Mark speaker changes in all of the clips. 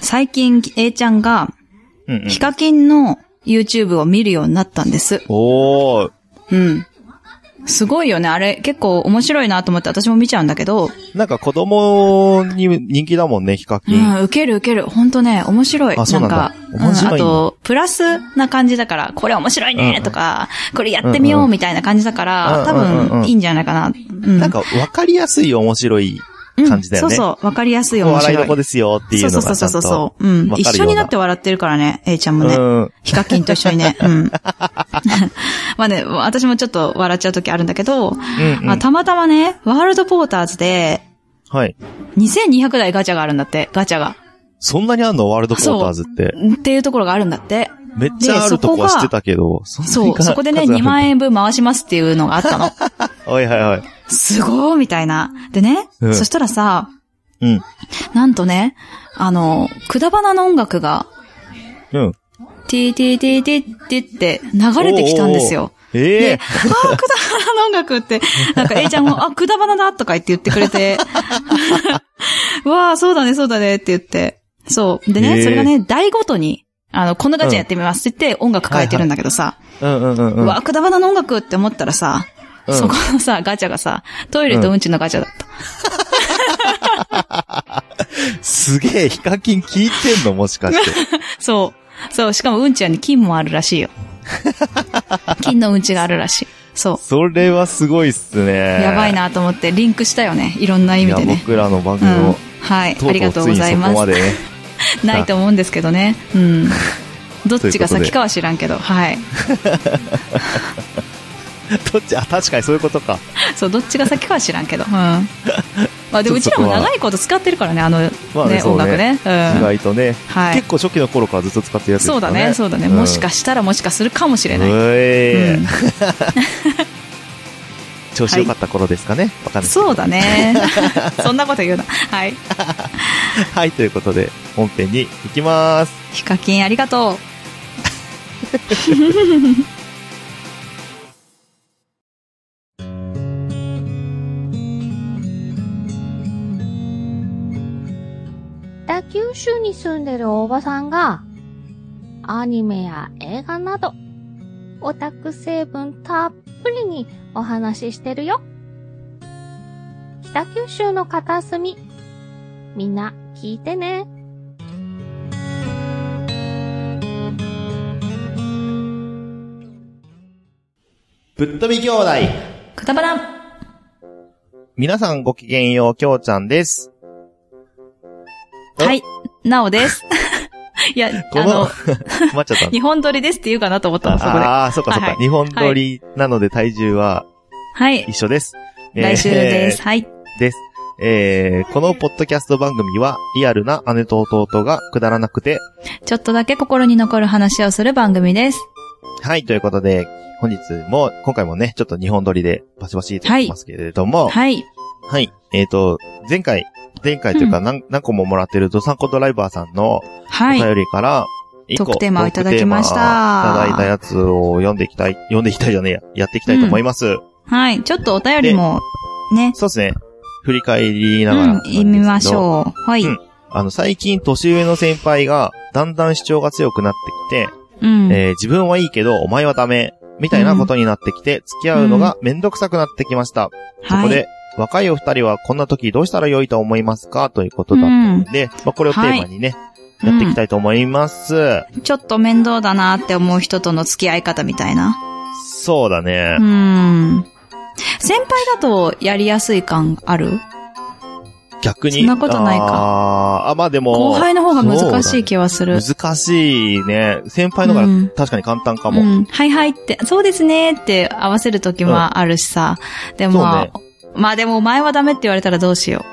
Speaker 1: 最近、A ちゃんが、
Speaker 2: うんうん。
Speaker 1: ヒカキンの YouTube を見るようになったんです。
Speaker 2: おー。
Speaker 1: うん。すごいよね。あれ、結構面白いなと思って私も見ちゃうんだけど、
Speaker 2: なんか子供に人気だもんね、ヒカ
Speaker 1: う
Speaker 2: キン。
Speaker 1: ん、受ける受ける。ほんとね、面白い。
Speaker 2: あそうなんだ
Speaker 1: か、
Speaker 2: 面白いんだ
Speaker 1: あと、プラスな感じだから、これ面白いねとか、これやってみ
Speaker 2: うん
Speaker 1: よ
Speaker 2: う
Speaker 1: うんみたいな感じだから、
Speaker 2: うん
Speaker 1: 多
Speaker 2: うんうんう
Speaker 1: 分
Speaker 2: ん
Speaker 1: いいんじゃないかな。うん。
Speaker 2: なんかわかりやすい面白い感じだよ
Speaker 1: う
Speaker 2: ね。
Speaker 1: んそうそう、わかりやすい
Speaker 2: お
Speaker 1: 面白
Speaker 2: 笑
Speaker 1: い。
Speaker 2: いの子ですよっていうの
Speaker 1: そ
Speaker 2: が
Speaker 1: う
Speaker 2: ち
Speaker 1: そう
Speaker 2: ゃ
Speaker 1: んそう
Speaker 2: と
Speaker 1: そう。うん。
Speaker 2: わかる
Speaker 1: 一
Speaker 2: よ
Speaker 1: 緒
Speaker 2: う
Speaker 1: になって笑ってるからね、A ちゃんもね。
Speaker 2: うん。
Speaker 1: ヒカキンと一緒に ね。うん。 まあね、私もちょっと笑っちゃう時あるんだけど、
Speaker 2: うん、う
Speaker 1: あ
Speaker 2: ん。
Speaker 1: たまたまね、ワールドポーターズで、
Speaker 2: はい。
Speaker 1: 2200台ガチャがあるんだって、ガチャが。
Speaker 2: そんなにあんのワールドポーターズって。
Speaker 1: っていうところがあるんだって。
Speaker 2: めっちゃあるとこ
Speaker 1: で
Speaker 2: は
Speaker 1: そこが
Speaker 2: 知ってたけど、そん
Speaker 1: そ
Speaker 2: なに
Speaker 1: う、そこ でね、2万円分回しますっていうのがあったの。
Speaker 2: 円。はいはいはい。
Speaker 1: すごーみたいな。でね、
Speaker 2: うん
Speaker 1: そしたらさ、
Speaker 2: うん。
Speaker 1: なんとね、あの、くだばなの音楽が、
Speaker 2: うん。
Speaker 1: ティーティーティーティーティーって流れてきたんですよ。
Speaker 2: おー。え
Speaker 1: で、
Speaker 2: え
Speaker 1: ああ、くだばなの音楽って、なんか A ちゃんも、あ、くだばなだとか言って言ってくれて、 わあ、そうだね、そうだねって言って。そう。でね、
Speaker 2: えー
Speaker 1: それがね、台ごとに、あの、こんなガチャやってみますって言って音楽変えてるんだけどさ、
Speaker 2: うんうんうん
Speaker 1: う
Speaker 2: う。
Speaker 1: んわあ、くだばなの音楽って思ったらさ、
Speaker 2: うん
Speaker 1: そこのさ、ガチャがさ、トイレとうんちのガチャだった。
Speaker 2: すげえ、ヒカキン聞いてんのもしかして。
Speaker 1: そう。そう、しかもうんちはね、金もあるらしいよ。 金のうんちがあるらしい。そ
Speaker 2: それはすごいっすね。
Speaker 1: う。やばいなと思って、リンクしたよね。いろんない意味
Speaker 2: や、
Speaker 1: でね。
Speaker 2: 僕らの番
Speaker 1: う
Speaker 2: 組
Speaker 1: ん
Speaker 2: を、。
Speaker 1: はい。
Speaker 2: と
Speaker 1: あ
Speaker 2: う
Speaker 1: り
Speaker 2: と
Speaker 1: が
Speaker 2: う
Speaker 1: とう
Speaker 2: つ
Speaker 1: ご
Speaker 2: いに
Speaker 1: ざい
Speaker 2: そこ
Speaker 1: ま。
Speaker 2: ますでね。
Speaker 1: ないと思うんですけどね。うん。どっちが先かは知らんけど、はい。
Speaker 2: どっち、あ、確かにそういうことか。
Speaker 1: そう、どっちが先かは知らんけ ど。うん。まあ、でもう
Speaker 2: ち
Speaker 1: ち
Speaker 2: ょ
Speaker 1: ら
Speaker 2: っとそこは
Speaker 1: も長いこと使ってるからね、あの、ね
Speaker 2: まあねそう
Speaker 1: 音
Speaker 2: ね
Speaker 1: 楽ね。う
Speaker 2: 意
Speaker 1: ん。
Speaker 2: 外とね。
Speaker 1: はい
Speaker 2: 結構初期の頃からずっと使ってるやつです
Speaker 1: そ
Speaker 2: よ
Speaker 1: うだね、そうだね。もしかしたらもしかするかもしれ
Speaker 2: う
Speaker 1: ない。
Speaker 2: え
Speaker 1: うん
Speaker 2: ー調子良かった頃ですかね。わかんない。
Speaker 1: そうだね。 そんなこと言うな。はい。
Speaker 2: はい、ということで、本編に行きます。
Speaker 1: ヒカキンありがとう。
Speaker 3: 北九州に住んでるおばさんが、アニメや映画など、オタク成分たっぷりにお話ししてるよ。北九州の片隅、みんな聞いてね。
Speaker 2: ぶっ飛び兄弟。
Speaker 1: くだばな。
Speaker 2: 皆さんごきげんよう、きょうちゃんです。え
Speaker 1: はい。なおです。 いや、
Speaker 2: こ
Speaker 1: あ
Speaker 2: の、
Speaker 1: の、
Speaker 2: 困っちゃったんだ
Speaker 1: 日本撮りですって言うかなと思ったの、そこで。
Speaker 2: ああ、そっかそっ
Speaker 1: はいは
Speaker 2: か。
Speaker 1: い
Speaker 2: 日本撮りなので体重は
Speaker 1: はい
Speaker 2: 一。緒です。えー
Speaker 1: 来週です。。はい。
Speaker 2: です。えー、このポッドキャスト番組は、リアルな姉と弟がくだらなくて、
Speaker 1: ちょっとだけ心に残る話をする番組です。
Speaker 2: はい、ということで、本日も、今回もね、ちょっと日本撮りでバシバシと
Speaker 1: は
Speaker 2: 言
Speaker 1: い
Speaker 2: ってますけれども、はい、
Speaker 1: はい。
Speaker 2: えっ、と、前回、前回というか
Speaker 1: う
Speaker 2: 何、何個ももらってるドサンコドライバーさんのお
Speaker 1: はい。
Speaker 2: 便りから、一個
Speaker 1: トークテーマをいただきました
Speaker 2: トークテーマいただいたやつを読んでいきたい、読んでいきたいじゃねえや、やっていきたいと思います。
Speaker 1: はい。ちょっとお便りも、ね。
Speaker 2: そうですね。振り返り
Speaker 1: う
Speaker 2: ながらなん
Speaker 1: ん
Speaker 2: で。すけど。
Speaker 1: 見ましょう。はい。
Speaker 2: う
Speaker 1: うん
Speaker 2: あの、最近年上の先輩が、だんだん主張が強くなってきて、
Speaker 1: ん。
Speaker 2: えー自分はいいけど、お前はダメ、みたいなことになってきて、付き合うのがめんどくさくなってきました。そ
Speaker 1: は
Speaker 2: こ
Speaker 1: い。
Speaker 2: で、若いお二人はこんな時どうしたら良いと思いますかということだったので、まあ、これをテーマにね、
Speaker 1: はい
Speaker 2: やっていきたいと思います。
Speaker 1: ちょっと面倒だなって思う人との付き合い方みたいな。
Speaker 2: そうだね
Speaker 1: う。ん。先輩だとやりやすい感ある
Speaker 2: 逆に。
Speaker 1: そんなことないか
Speaker 2: あーあ、まあでも。
Speaker 1: 後輩の方が難しい気はする。
Speaker 2: 難しいね。先輩の方
Speaker 1: うん
Speaker 2: が確かに簡単か
Speaker 1: う
Speaker 2: も。
Speaker 1: ん。はいはいって、そうですねって合わせる時もあるしさ。でもまあ、まあでもお前はダメって言われたらどうしよ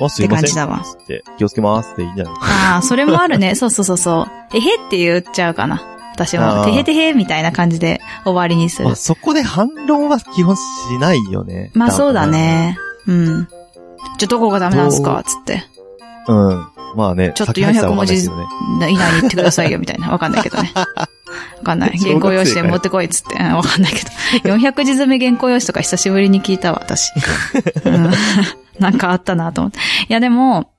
Speaker 1: う。
Speaker 2: あ、すいま
Speaker 1: って感じ
Speaker 2: せ
Speaker 1: だ
Speaker 2: ん。
Speaker 1: わ
Speaker 2: つって気をつけますっていいんじゃない
Speaker 1: ああ、それもある ね。そうそうそうそう。えへって言っちゃうかな。私
Speaker 2: あ
Speaker 1: も、
Speaker 2: ー
Speaker 1: てへてへみたいな感じで終わりにする
Speaker 2: まあ、。そこで反論は基本しないよね。
Speaker 1: まあそうだ。ね。うん。じゃ、どこがダメなんす
Speaker 2: ど
Speaker 1: か
Speaker 2: う
Speaker 1: つって。
Speaker 2: うん。まあね。
Speaker 1: ちょっと
Speaker 2: 高橋さんはわかんないです
Speaker 1: 400
Speaker 2: よね
Speaker 1: いない言ってくださいよ、みたいな。わかんないけどね。わかん ない。原稿用紙で持ってこい、つって。うんわかんないけど。400字詰め原稿用紙とか久 しぶりに聞いたわ、私。うんなんかあったなと思って。いや、でも、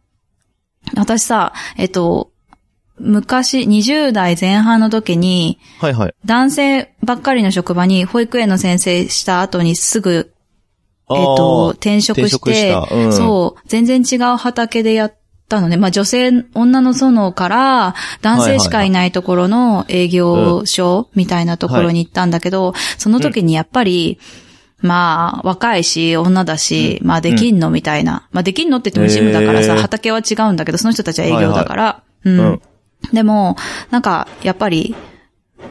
Speaker 1: 私さ、えっと、昔、20代前半の時に、
Speaker 2: はいはい。
Speaker 1: 男性ばっかりの職場に保育園の先生した後にすぐ、えっと、転職して、
Speaker 2: 転職したうん
Speaker 1: そう、全然違う畑でやったのね。まあ女性、女の園から男性しかいないところの営業所みたいなところに行ったんだけど、その時にやっぱり、まあ、若いし、女だし、まあ、できんのみたいな。まあ、できんのって言ってもジムだから
Speaker 2: へ
Speaker 1: さ、
Speaker 2: ー
Speaker 1: 畑は違うんだけど、その人たちは営業だから。
Speaker 2: いうは
Speaker 1: ん。でも、なんか、やっぱり、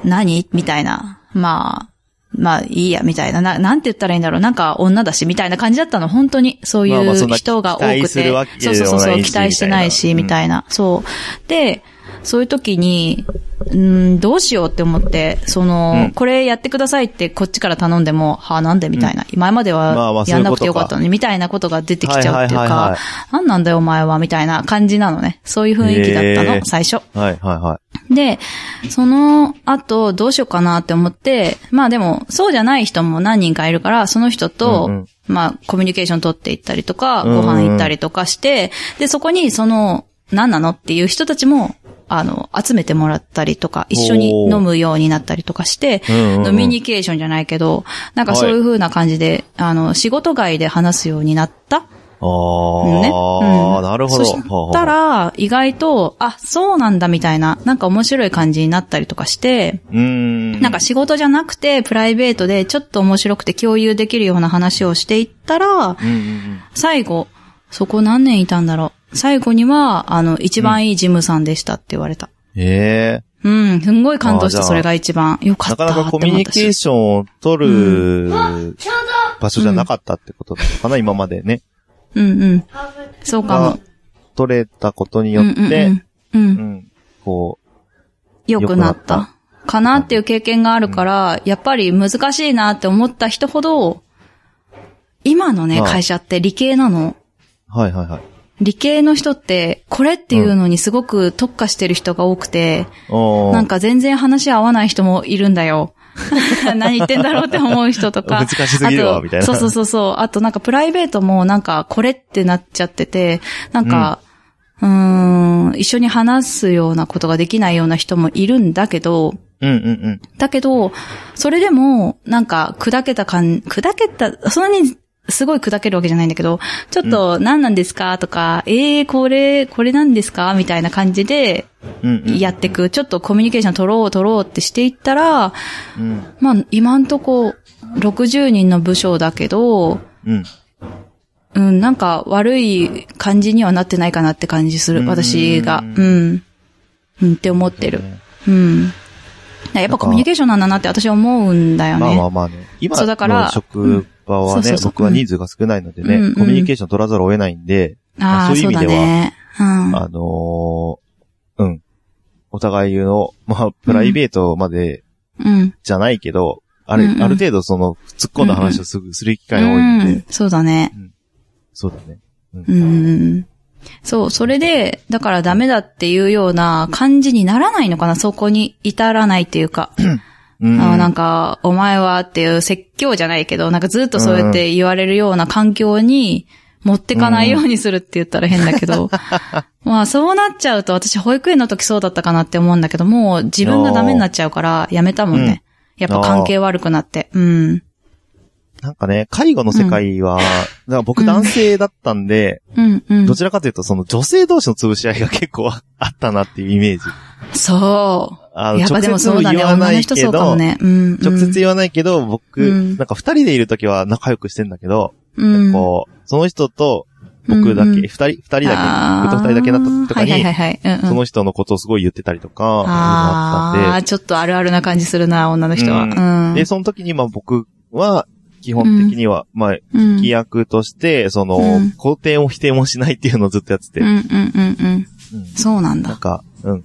Speaker 1: 何みたいな。まあ、まあ、いいや、みたいな。な、なんて言ったらいいんだろう。なんか、女だし、みたいな感じだったの。本当に、そう
Speaker 2: まあ
Speaker 1: い
Speaker 2: まあそん
Speaker 1: う
Speaker 2: な
Speaker 1: 人が多
Speaker 2: 期
Speaker 1: く
Speaker 2: 待す
Speaker 1: て。
Speaker 2: るわけ
Speaker 1: そう
Speaker 2: でもないし
Speaker 1: そうそうそう、期待してないし、み
Speaker 2: み
Speaker 1: た
Speaker 2: た
Speaker 1: いな。そう。で、そういう時に、うんどうしようって思って、その、
Speaker 2: うん
Speaker 1: これやってくださいってこっちから頼んでも、はあ、なんでみたいな。前まで
Speaker 2: まあま
Speaker 1: は
Speaker 2: あそう
Speaker 1: や
Speaker 2: い
Speaker 1: ん
Speaker 2: う
Speaker 1: な
Speaker 2: ことか
Speaker 1: くてよかったのに、みたいなことが出てきちゃうっていう
Speaker 2: はいはいはい
Speaker 1: か
Speaker 2: はい、
Speaker 1: なんなんだよお前は、みたいな感じなのね。そういう雰囲気だった
Speaker 2: へ
Speaker 1: の
Speaker 2: ー、
Speaker 1: 最初。
Speaker 2: はいはいは
Speaker 1: で、その後どうしようかなって思って、まあでも、そうじゃない人も何人かいるから、その人と、
Speaker 2: うんうん
Speaker 1: まあコミュニケーション取っていったりとか、
Speaker 2: うんう
Speaker 1: ご
Speaker 2: ん
Speaker 1: 飯行ったりとかして、で、そこにその、何なのっていう人たちも、あの、集めてもらったりとか、一緒に飲むようになったりとかして、
Speaker 2: い。うんうんうん
Speaker 1: ノミニケーションじゃないけど、なんかそういう風な感じで、あの、仕事外で話すようになった
Speaker 2: あ
Speaker 1: ね。
Speaker 2: あ、なるほ
Speaker 1: そ
Speaker 2: ど。ほうほ
Speaker 1: し
Speaker 2: う
Speaker 1: た、ら、意外と、あ、そうなんだみたいな、なんか面白い感じになったりとかして、
Speaker 2: うーん。
Speaker 1: なんか仕事じゃなくて、プライベートでちょっと面白くて共有できるような話をしていったら、
Speaker 2: うんうん
Speaker 1: 最後、そこ何年いたんだろう。最後には、あの、一番いいジムさんでしたって言われた。
Speaker 2: うん。ええ
Speaker 1: うん、すんごい感動した、
Speaker 2: あじゃあ
Speaker 1: それが一番。よか
Speaker 2: な
Speaker 1: った
Speaker 2: か
Speaker 1: って
Speaker 2: な
Speaker 1: 思った
Speaker 2: かコミュニケー
Speaker 1: し
Speaker 2: ションを取る場所じゃなかったってことなのかな、今までね。
Speaker 1: うんうん。そうかも
Speaker 2: が。取れたことによって、
Speaker 1: うんうんうん、うん
Speaker 2: うんこう、
Speaker 1: 良くなった。
Speaker 2: 良くな
Speaker 1: かなっていう経験があるから、やっぱり難しいなって思った人ほど、今のね、
Speaker 2: はい
Speaker 1: 会社って理系なの。
Speaker 2: はいはいはい。
Speaker 1: 理系の人って、これっていうのにすごく特化してる人が多くて、
Speaker 2: おー
Speaker 1: なんか全然話合わない人もいるんだ よ。何言ってんだろうって思う人とか。
Speaker 2: 難しすぎるわ、みたいな。
Speaker 1: そうそうそうそう。あとなんかプライベートもなんかこれってなっちゃってて、なんか、うーん、一緒に話すようなことができないような人もいるんだけど、
Speaker 2: うんうんうん。
Speaker 1: だけど、それでも、なんか、砕けた感、砕けた、そんなに、すごい砕けるわけじゃないんだけど、ちょっと、何なんですかとか、えー、これ、これなんですかみたいな感じで、
Speaker 2: うんうん、
Speaker 1: やってく。ちょっとコミュニケーション取ろう、取ろうってしていったら、
Speaker 2: うん。
Speaker 1: まあ、今んとこ、60人の部署だけど、
Speaker 2: うん。
Speaker 1: うん、なんか悪い感じにはなってないかなって感じす
Speaker 2: うん
Speaker 1: る。私が。うん。うんって思ってる。うん。やっぱコミュニケーションなんだなって私は思うんだよね。
Speaker 2: まあまあまあね。今
Speaker 1: そうだから
Speaker 2: の職場
Speaker 1: う
Speaker 2: は
Speaker 1: んそう
Speaker 2: ね
Speaker 1: そう、そう
Speaker 2: 僕は人数が少ないのでね、
Speaker 1: うんうん
Speaker 2: コミュニケーション取らざるを得ないんで、
Speaker 1: ああ、
Speaker 2: まあそうい
Speaker 1: そうう
Speaker 2: 意
Speaker 1: だ
Speaker 2: 味では
Speaker 1: ね。うん。
Speaker 2: あのーうん。お互いの、まあ、プライベートまで
Speaker 1: うん。
Speaker 2: じゃないけど、あれ、
Speaker 1: うんうん
Speaker 2: ある程度その、突っ込んだ話をすぐする機会が多いんで、
Speaker 1: うんそうだね。
Speaker 2: そうだね。うん
Speaker 1: うん。そう、それで、だからダメだっていうような感じにならないのかな、そこに至らないっていうか。
Speaker 2: うん
Speaker 1: あのなんか、お前はっていう説教じゃないけど、なんかずっとそうやって言われるような環境に持ってかないようにするって言ったら変だけど、 まあそうなっちゃうと私保育園の時そうだったかなって思うんだけど、もう自分がダメになっちゃうからやめたもんね。やっぱ関係悪くなって。うん。
Speaker 2: なんかね、介護の世界は、なんか僕男性だったんで、
Speaker 1: うんうん
Speaker 2: ど。ちらかというとその女性同士の潰し合いが結構あったなっていうイメージ。
Speaker 1: そう。
Speaker 2: あ
Speaker 1: やっぱでもそうだね。
Speaker 2: 直接は言わ
Speaker 1: 女
Speaker 2: な
Speaker 1: の
Speaker 2: い
Speaker 1: 人
Speaker 2: け
Speaker 1: そうか
Speaker 2: ど、
Speaker 1: もね。うん、うん。
Speaker 2: 直接言わないけど、僕、
Speaker 1: うん
Speaker 2: なんか二人でいるときは仲良くしてんだけど、
Speaker 1: うん、
Speaker 2: こう、その人と僕だけ、
Speaker 1: うん
Speaker 2: 二、
Speaker 1: うん
Speaker 2: 人、二人だけ、
Speaker 1: あー
Speaker 2: 僕と二人だけなった時とかに、
Speaker 1: はいはいはいはい。うんうん
Speaker 2: その人のことをすごい言ってたりとか、
Speaker 1: あ
Speaker 2: あ
Speaker 1: あ、ちょっとあるあるな感じするな、女の人は。
Speaker 2: う
Speaker 1: うん
Speaker 2: ったん
Speaker 1: ん。
Speaker 2: で、で、その時にまあ僕は、基本的には、まあ、
Speaker 1: うん
Speaker 2: 規約として、その、
Speaker 1: うん
Speaker 2: 肯定も否定もしないっていうのをずっとやってて、
Speaker 1: うんうんうんうん。
Speaker 2: うん
Speaker 1: そうなん
Speaker 2: なん
Speaker 1: だ。
Speaker 2: か、うん。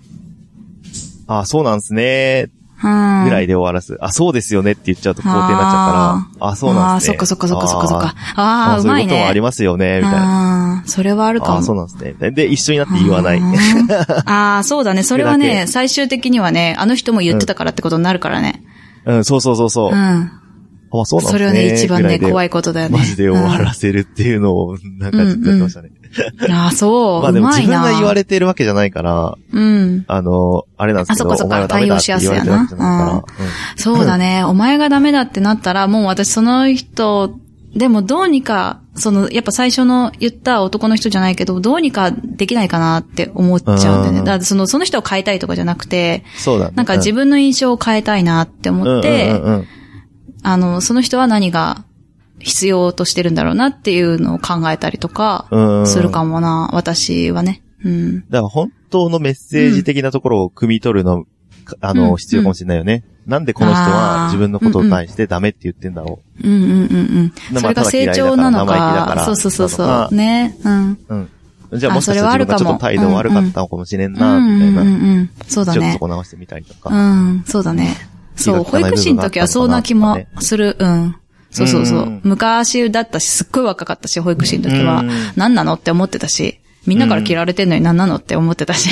Speaker 2: あ、そうなんすね、
Speaker 1: うん。
Speaker 2: ぐらいで終わらす。あ、そうですよねって言っちゃうと肯定になっちゃうから、あ、そうなんす
Speaker 1: ああー、そ
Speaker 2: ね。
Speaker 1: っかそっかそっかそっかそっか
Speaker 2: あー。。
Speaker 1: ああ、う
Speaker 2: そう
Speaker 1: ま
Speaker 2: い
Speaker 1: いう
Speaker 2: こともあり
Speaker 1: ね。
Speaker 2: ますよね、みたいな。
Speaker 1: ああ、それはあるか
Speaker 2: あ
Speaker 1: も。
Speaker 2: ーそうなんですね。でで、一緒になって言わない。
Speaker 1: ああ、そうだね。それは
Speaker 2: それだ
Speaker 1: ね、
Speaker 2: け
Speaker 1: 最終的にはね、あの人も言ってたからってことになるからね。
Speaker 2: うん、そうそうそうそう。
Speaker 1: う
Speaker 2: あ、
Speaker 1: ん。
Speaker 2: そうなんですね。
Speaker 1: それはね、一番ね、怖
Speaker 2: い
Speaker 1: いことだ
Speaker 2: ぐら
Speaker 1: よ
Speaker 2: いで。
Speaker 1: ね。
Speaker 2: マジで終わらせるっていうのを、なんかずっとやってましたね。
Speaker 1: ああ、そう。
Speaker 2: まあで
Speaker 1: う
Speaker 2: も
Speaker 1: ま
Speaker 2: 自
Speaker 1: い
Speaker 2: 分
Speaker 1: な。
Speaker 2: が言われてるわけじゃないから、
Speaker 1: うん。
Speaker 2: あの、あれなんですけど、
Speaker 1: あそっかそっか
Speaker 2: お前はダメだって言われてるわけじゃないから。
Speaker 1: そうだね。お前がダメだってなったら、もう私その人、でもどうにか、その、やっぱ最初の言った男の人じゃないけど、どうにかできないかなって思っちゃうんだよね。
Speaker 2: うん
Speaker 1: だからその、その人を変えたいとかじゃなくて、
Speaker 2: うんそうだね。
Speaker 1: なんか自分の印象を変えたいなって思って、
Speaker 2: うんうんうんうん
Speaker 1: あの、その人は何が必要としてるんだろうなっていうのを考えたりとか、
Speaker 2: うん
Speaker 1: するかもな、私はね。うん。
Speaker 2: だから本当のメッセージ的なところを汲み取るの、かあ
Speaker 1: うん
Speaker 2: の、必要かもしれないよね。なんでこの人は
Speaker 1: あー
Speaker 2: 自分のことに対してダメって言ってんだろ
Speaker 1: うんうんうんうん。
Speaker 2: まあ
Speaker 1: それが成長なの
Speaker 2: ただ嫌いだ
Speaker 1: か、
Speaker 2: から
Speaker 1: そうそうそうそ
Speaker 2: なの
Speaker 1: う。
Speaker 2: か
Speaker 1: ね。うん。
Speaker 2: う。うん。じゃあ
Speaker 1: あ
Speaker 2: もしか
Speaker 1: そ
Speaker 2: した
Speaker 1: れは
Speaker 2: ら
Speaker 1: ある
Speaker 2: 自分
Speaker 1: かも
Speaker 2: がちょっと態度悪かったのかもしれんな、
Speaker 1: うん
Speaker 2: みたいな。
Speaker 1: うんうんうん。そうだ
Speaker 2: ちょっとそ
Speaker 1: ね。
Speaker 2: こ直してみたりとか。
Speaker 1: うん、そうだね。そう、保
Speaker 2: 気が利かない。
Speaker 1: 育士の時はそうな気もする。うん。そうそうそううん昔だったし、すっごい若かったし、保育士の時は
Speaker 2: うん。
Speaker 1: 何なのって思ってたし、みんなから嫌われてんのに何なのって思ってたし、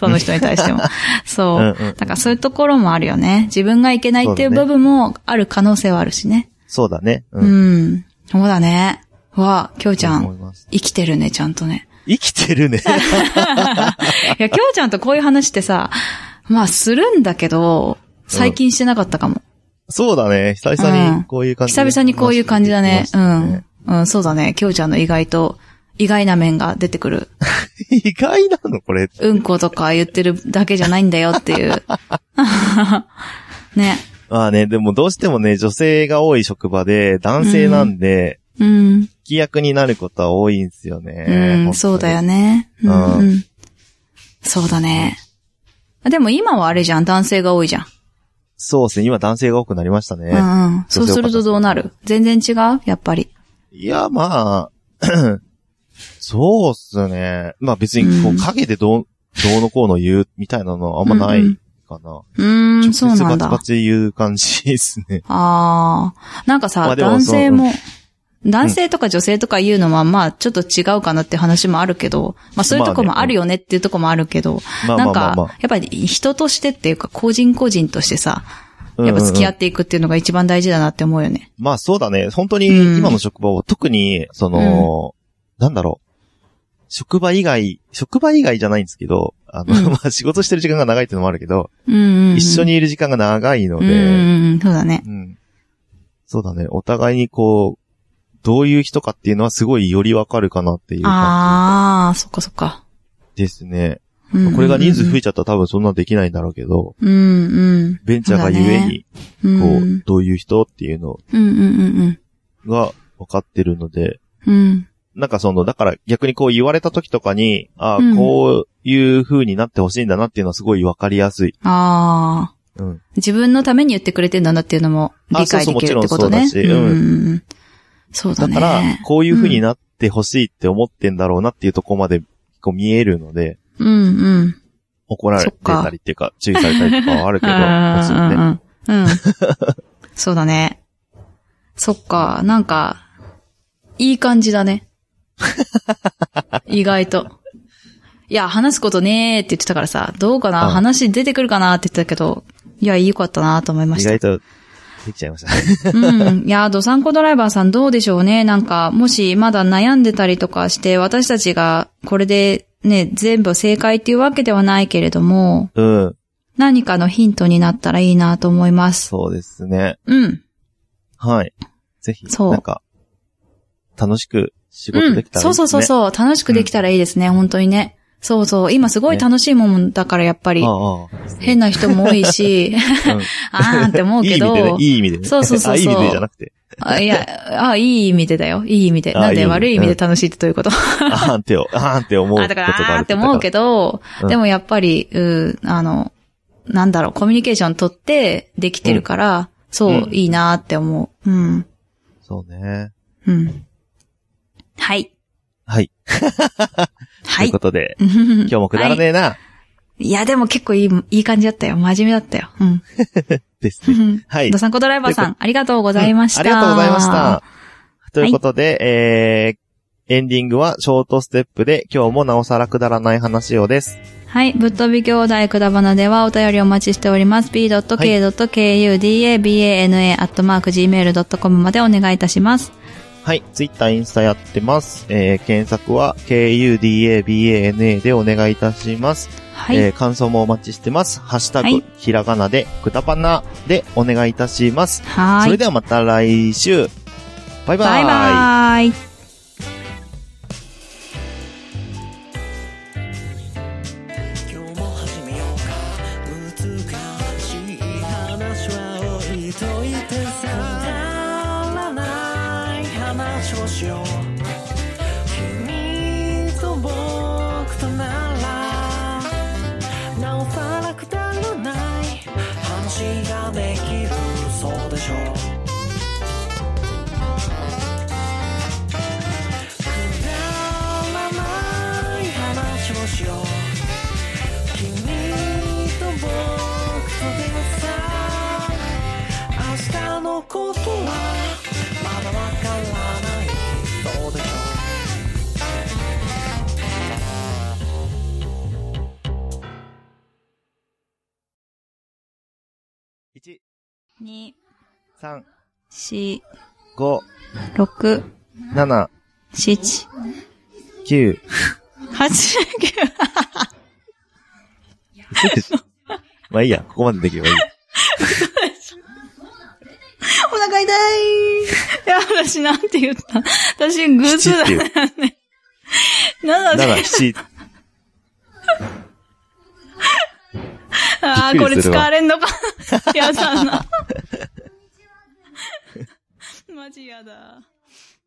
Speaker 1: その人に対して も。そううん
Speaker 2: うんうん。
Speaker 1: だからそういうところもあるよね。自分がいけないっていう
Speaker 2: そうだ
Speaker 1: 部
Speaker 2: ね
Speaker 1: 分もある可能性はあるしね。
Speaker 2: そうだね。
Speaker 1: う
Speaker 2: うん。
Speaker 1: ん。そうだね。わあ、きょうちゃ
Speaker 2: そう思い
Speaker 1: ん
Speaker 2: ま、す
Speaker 1: 生きてるね、ちゃんとね。
Speaker 2: 生きて るね。
Speaker 1: いや、きょうちゃんとこういう話ってさ、まあするんだけど、最近してなかったかも。
Speaker 2: そうだね。久々にこういう感じで、
Speaker 1: 久々にこういう感じだね。う
Speaker 2: 話してきましたね
Speaker 1: ん。。うん、そうだね。きょうちゃんの意外と、意外な面が出てくる。
Speaker 2: 意外なのこれ。
Speaker 1: うんことか言ってるだけじゃないんだよっていう。 ね。
Speaker 2: まあね、でもどうしてもね、女性が多い職場で、男性なんで、
Speaker 1: うん。
Speaker 2: 聞き役になることは多いんですよね。
Speaker 1: うん、そうだよ
Speaker 2: ね。
Speaker 1: ね。う
Speaker 2: うん
Speaker 1: ん。うんそうだね。あでも今はあれじゃん。男性が多いじゃん。
Speaker 2: そうですね。今男性が多くなりましたね。
Speaker 1: うんうん。そうするとどうなる全然違うやっぱり。
Speaker 2: いや、まあ、 そうっすね。まあ別に、こ
Speaker 1: うん
Speaker 2: う、影でどう、どうのこうの言う、みたいなのはあんまないかな。
Speaker 1: うーん、そう
Speaker 2: 直接
Speaker 1: な
Speaker 2: バ
Speaker 1: ん
Speaker 2: チ
Speaker 1: だ。
Speaker 2: バチ言う感じです ね。
Speaker 1: ああ。なんかさ、
Speaker 2: まあでも
Speaker 1: 男性も、男
Speaker 2: ん
Speaker 1: 性とか女性とか言うのは、まあ、ちょっと違うかなって話もあるけど、まあそういうとこ
Speaker 2: ま
Speaker 1: も
Speaker 2: あね
Speaker 1: あるよねっていうとこもあるけど、
Speaker 2: まあ
Speaker 1: な
Speaker 2: ま
Speaker 1: ん
Speaker 2: あまあま
Speaker 1: か
Speaker 2: あ。、
Speaker 1: やっぱり人としてっていうか、個人個人としてさ、
Speaker 2: うん
Speaker 1: やっぱ付き合
Speaker 2: うん
Speaker 1: っていくっていうのが一番大事だなって思うよね。
Speaker 2: まあそうだね。本当に
Speaker 1: うん
Speaker 2: 今の職場を特に、その、なんだろう。職場以外、職場以外じゃないんですけど、あの、
Speaker 1: うん
Speaker 2: まあ仕事してる時間が長いっていうのもあるけど、
Speaker 1: うんうん、うん。
Speaker 2: 一緒にいる時間が長いの
Speaker 1: うん
Speaker 2: で、
Speaker 1: うんうん、そうだね。
Speaker 2: うん。そうだね。お互いにこう、どういう人かっていうのはすごいよりわかるかなっていう感
Speaker 1: ああ、そっかそっか。
Speaker 2: じですね。
Speaker 1: うんうんうん
Speaker 2: これが人数増えちゃったら多分そんなできないんだろうけど、
Speaker 1: うんうん。
Speaker 2: ベンチャーがゆえに、
Speaker 1: う
Speaker 2: こう、
Speaker 1: ん。うん
Speaker 2: どういう人っていうの
Speaker 1: うんうん
Speaker 2: がわかってるので、
Speaker 1: うん。うん。
Speaker 2: なんかその、だから逆にこう言われた時とかに、ああ
Speaker 1: うん、
Speaker 2: こういう風になってほしいんだなっていうのはすごいわかりやすい。
Speaker 1: ああ。
Speaker 2: うん。
Speaker 1: 自分のために言ってくれてんだなっていうのも理解できるってことね。
Speaker 2: あそうそうもちろんそうだしうん
Speaker 1: んそうだ
Speaker 2: だ
Speaker 1: ね。
Speaker 2: から、こういう風になってほしいって思ってんだろうなっていうとこまで、こう見えるので、
Speaker 1: うんうん。
Speaker 2: 怒られて
Speaker 1: そったか
Speaker 2: りっていうか、注意されたりとかはある けど、もちろんね。
Speaker 1: あーうんうんうん。うんそうだね。そっか、なんか、いい感じだね。意外と。いや、話すことねーって言ってたからさ、どうかな、
Speaker 2: うん
Speaker 1: 話出てくるかなって言ってたけど、いや、良かったなと思いま
Speaker 2: 意
Speaker 1: した
Speaker 2: 外。と、できちゃいました ね。
Speaker 1: うん。いや、ドサンコドライバーさんどうでしょうね。なんか、もしまだ悩んでたりとかして、私たちがこれでね、全部正解っていうわけではないけれども、
Speaker 2: うん。
Speaker 1: 何かのヒントになったらいいなと思います。
Speaker 2: そうですね。
Speaker 1: うん。
Speaker 2: はい。ぜひ、
Speaker 1: そう
Speaker 2: なんか、楽しく仕
Speaker 1: う
Speaker 2: 事で
Speaker 1: ん
Speaker 2: き。たらいい
Speaker 1: そう
Speaker 2: です
Speaker 1: そ
Speaker 2: ね。
Speaker 1: うそうそう。楽しくできたらいいですね、本当にね。そうそう。今すごい楽しいもんだから、やっぱり。
Speaker 2: ああああ、
Speaker 1: 変な人も多い し、
Speaker 2: うん
Speaker 1: あーんって思うけど。
Speaker 2: いい意味でね、いい意味でね。
Speaker 1: そうそうそうそう
Speaker 2: あいい意味でじゃなくて、
Speaker 1: あいや、あいい意味でだよ。いい意味で。
Speaker 2: あ
Speaker 1: なん
Speaker 2: いい
Speaker 1: で
Speaker 2: 意味
Speaker 1: 悪い意味で楽しいってどういうこと
Speaker 2: あーんってよ、あーんって思うこと
Speaker 1: あ、だから、
Speaker 2: が
Speaker 1: あー
Speaker 2: あ
Speaker 1: っ
Speaker 2: る
Speaker 1: て思う
Speaker 2: ど。
Speaker 1: けど、
Speaker 2: うん
Speaker 1: でもやっぱり、うーあの、なんだろう、コミュニケーション取ってできてるから、そう、
Speaker 2: うん
Speaker 1: いいなって思う。うん。
Speaker 2: そうね。
Speaker 1: うん。はい。
Speaker 2: はい。
Speaker 1: は
Speaker 2: という
Speaker 1: い
Speaker 2: こ。とで、
Speaker 1: 今
Speaker 2: 今日もくだらねえな、
Speaker 1: いや、でも結構いい、いい感じだったよ。真面目だったよ。うん。
Speaker 2: ですね。はい
Speaker 1: ド。サンコドライバーさん、ありがとうございました。
Speaker 2: ありがとうございました。。ということで、えー、エンディングはショートステップで、今日もなおさらくだらない話をです。
Speaker 1: はい。ぶっ飛び兄弟くだばなではお便りお待ちしております。
Speaker 2: い
Speaker 1: b.k.kudabana.gmail.com までお願いいたします。
Speaker 2: はい、ツイッター、インスタやってます。えー、検索は KUDABANA でお願いいたします。
Speaker 1: はい。
Speaker 2: えー、感想もお待ちしてます。ハッシュタグ、
Speaker 1: はい
Speaker 2: ひらがなで、くだばなでお願いいたします。
Speaker 1: は
Speaker 2: そ
Speaker 1: ー
Speaker 2: れ
Speaker 1: い。
Speaker 2: ではまた来週。バイバ
Speaker 1: バイバーイ。
Speaker 4: 今日も始めようか難しい話は置いといてさくだらない話をしよう君と僕とならなおさらくだらない話ができるそうでしょうくだらない話をしよう「君と僕とでもさ」「明日のことはまだわからない」「どうでしょう」
Speaker 2: イ。1、
Speaker 1: 2、
Speaker 2: 3、
Speaker 1: 4、
Speaker 2: 5、
Speaker 1: 6、
Speaker 2: 7、
Speaker 1: 7、
Speaker 2: 9、
Speaker 1: 8、9。
Speaker 2: まあいいや、ここまでできればいい。
Speaker 1: お腹痛い。いや、私なんて言った私、グーズ
Speaker 2: 7っていう。
Speaker 1: なの
Speaker 2: 7、
Speaker 1: で、
Speaker 2: 7。
Speaker 1: あ
Speaker 2: び
Speaker 1: ー
Speaker 2: っ
Speaker 1: こ
Speaker 2: くり
Speaker 1: れ
Speaker 2: す
Speaker 1: 使
Speaker 2: るわ
Speaker 1: われん のか。 やだな。マジやだ。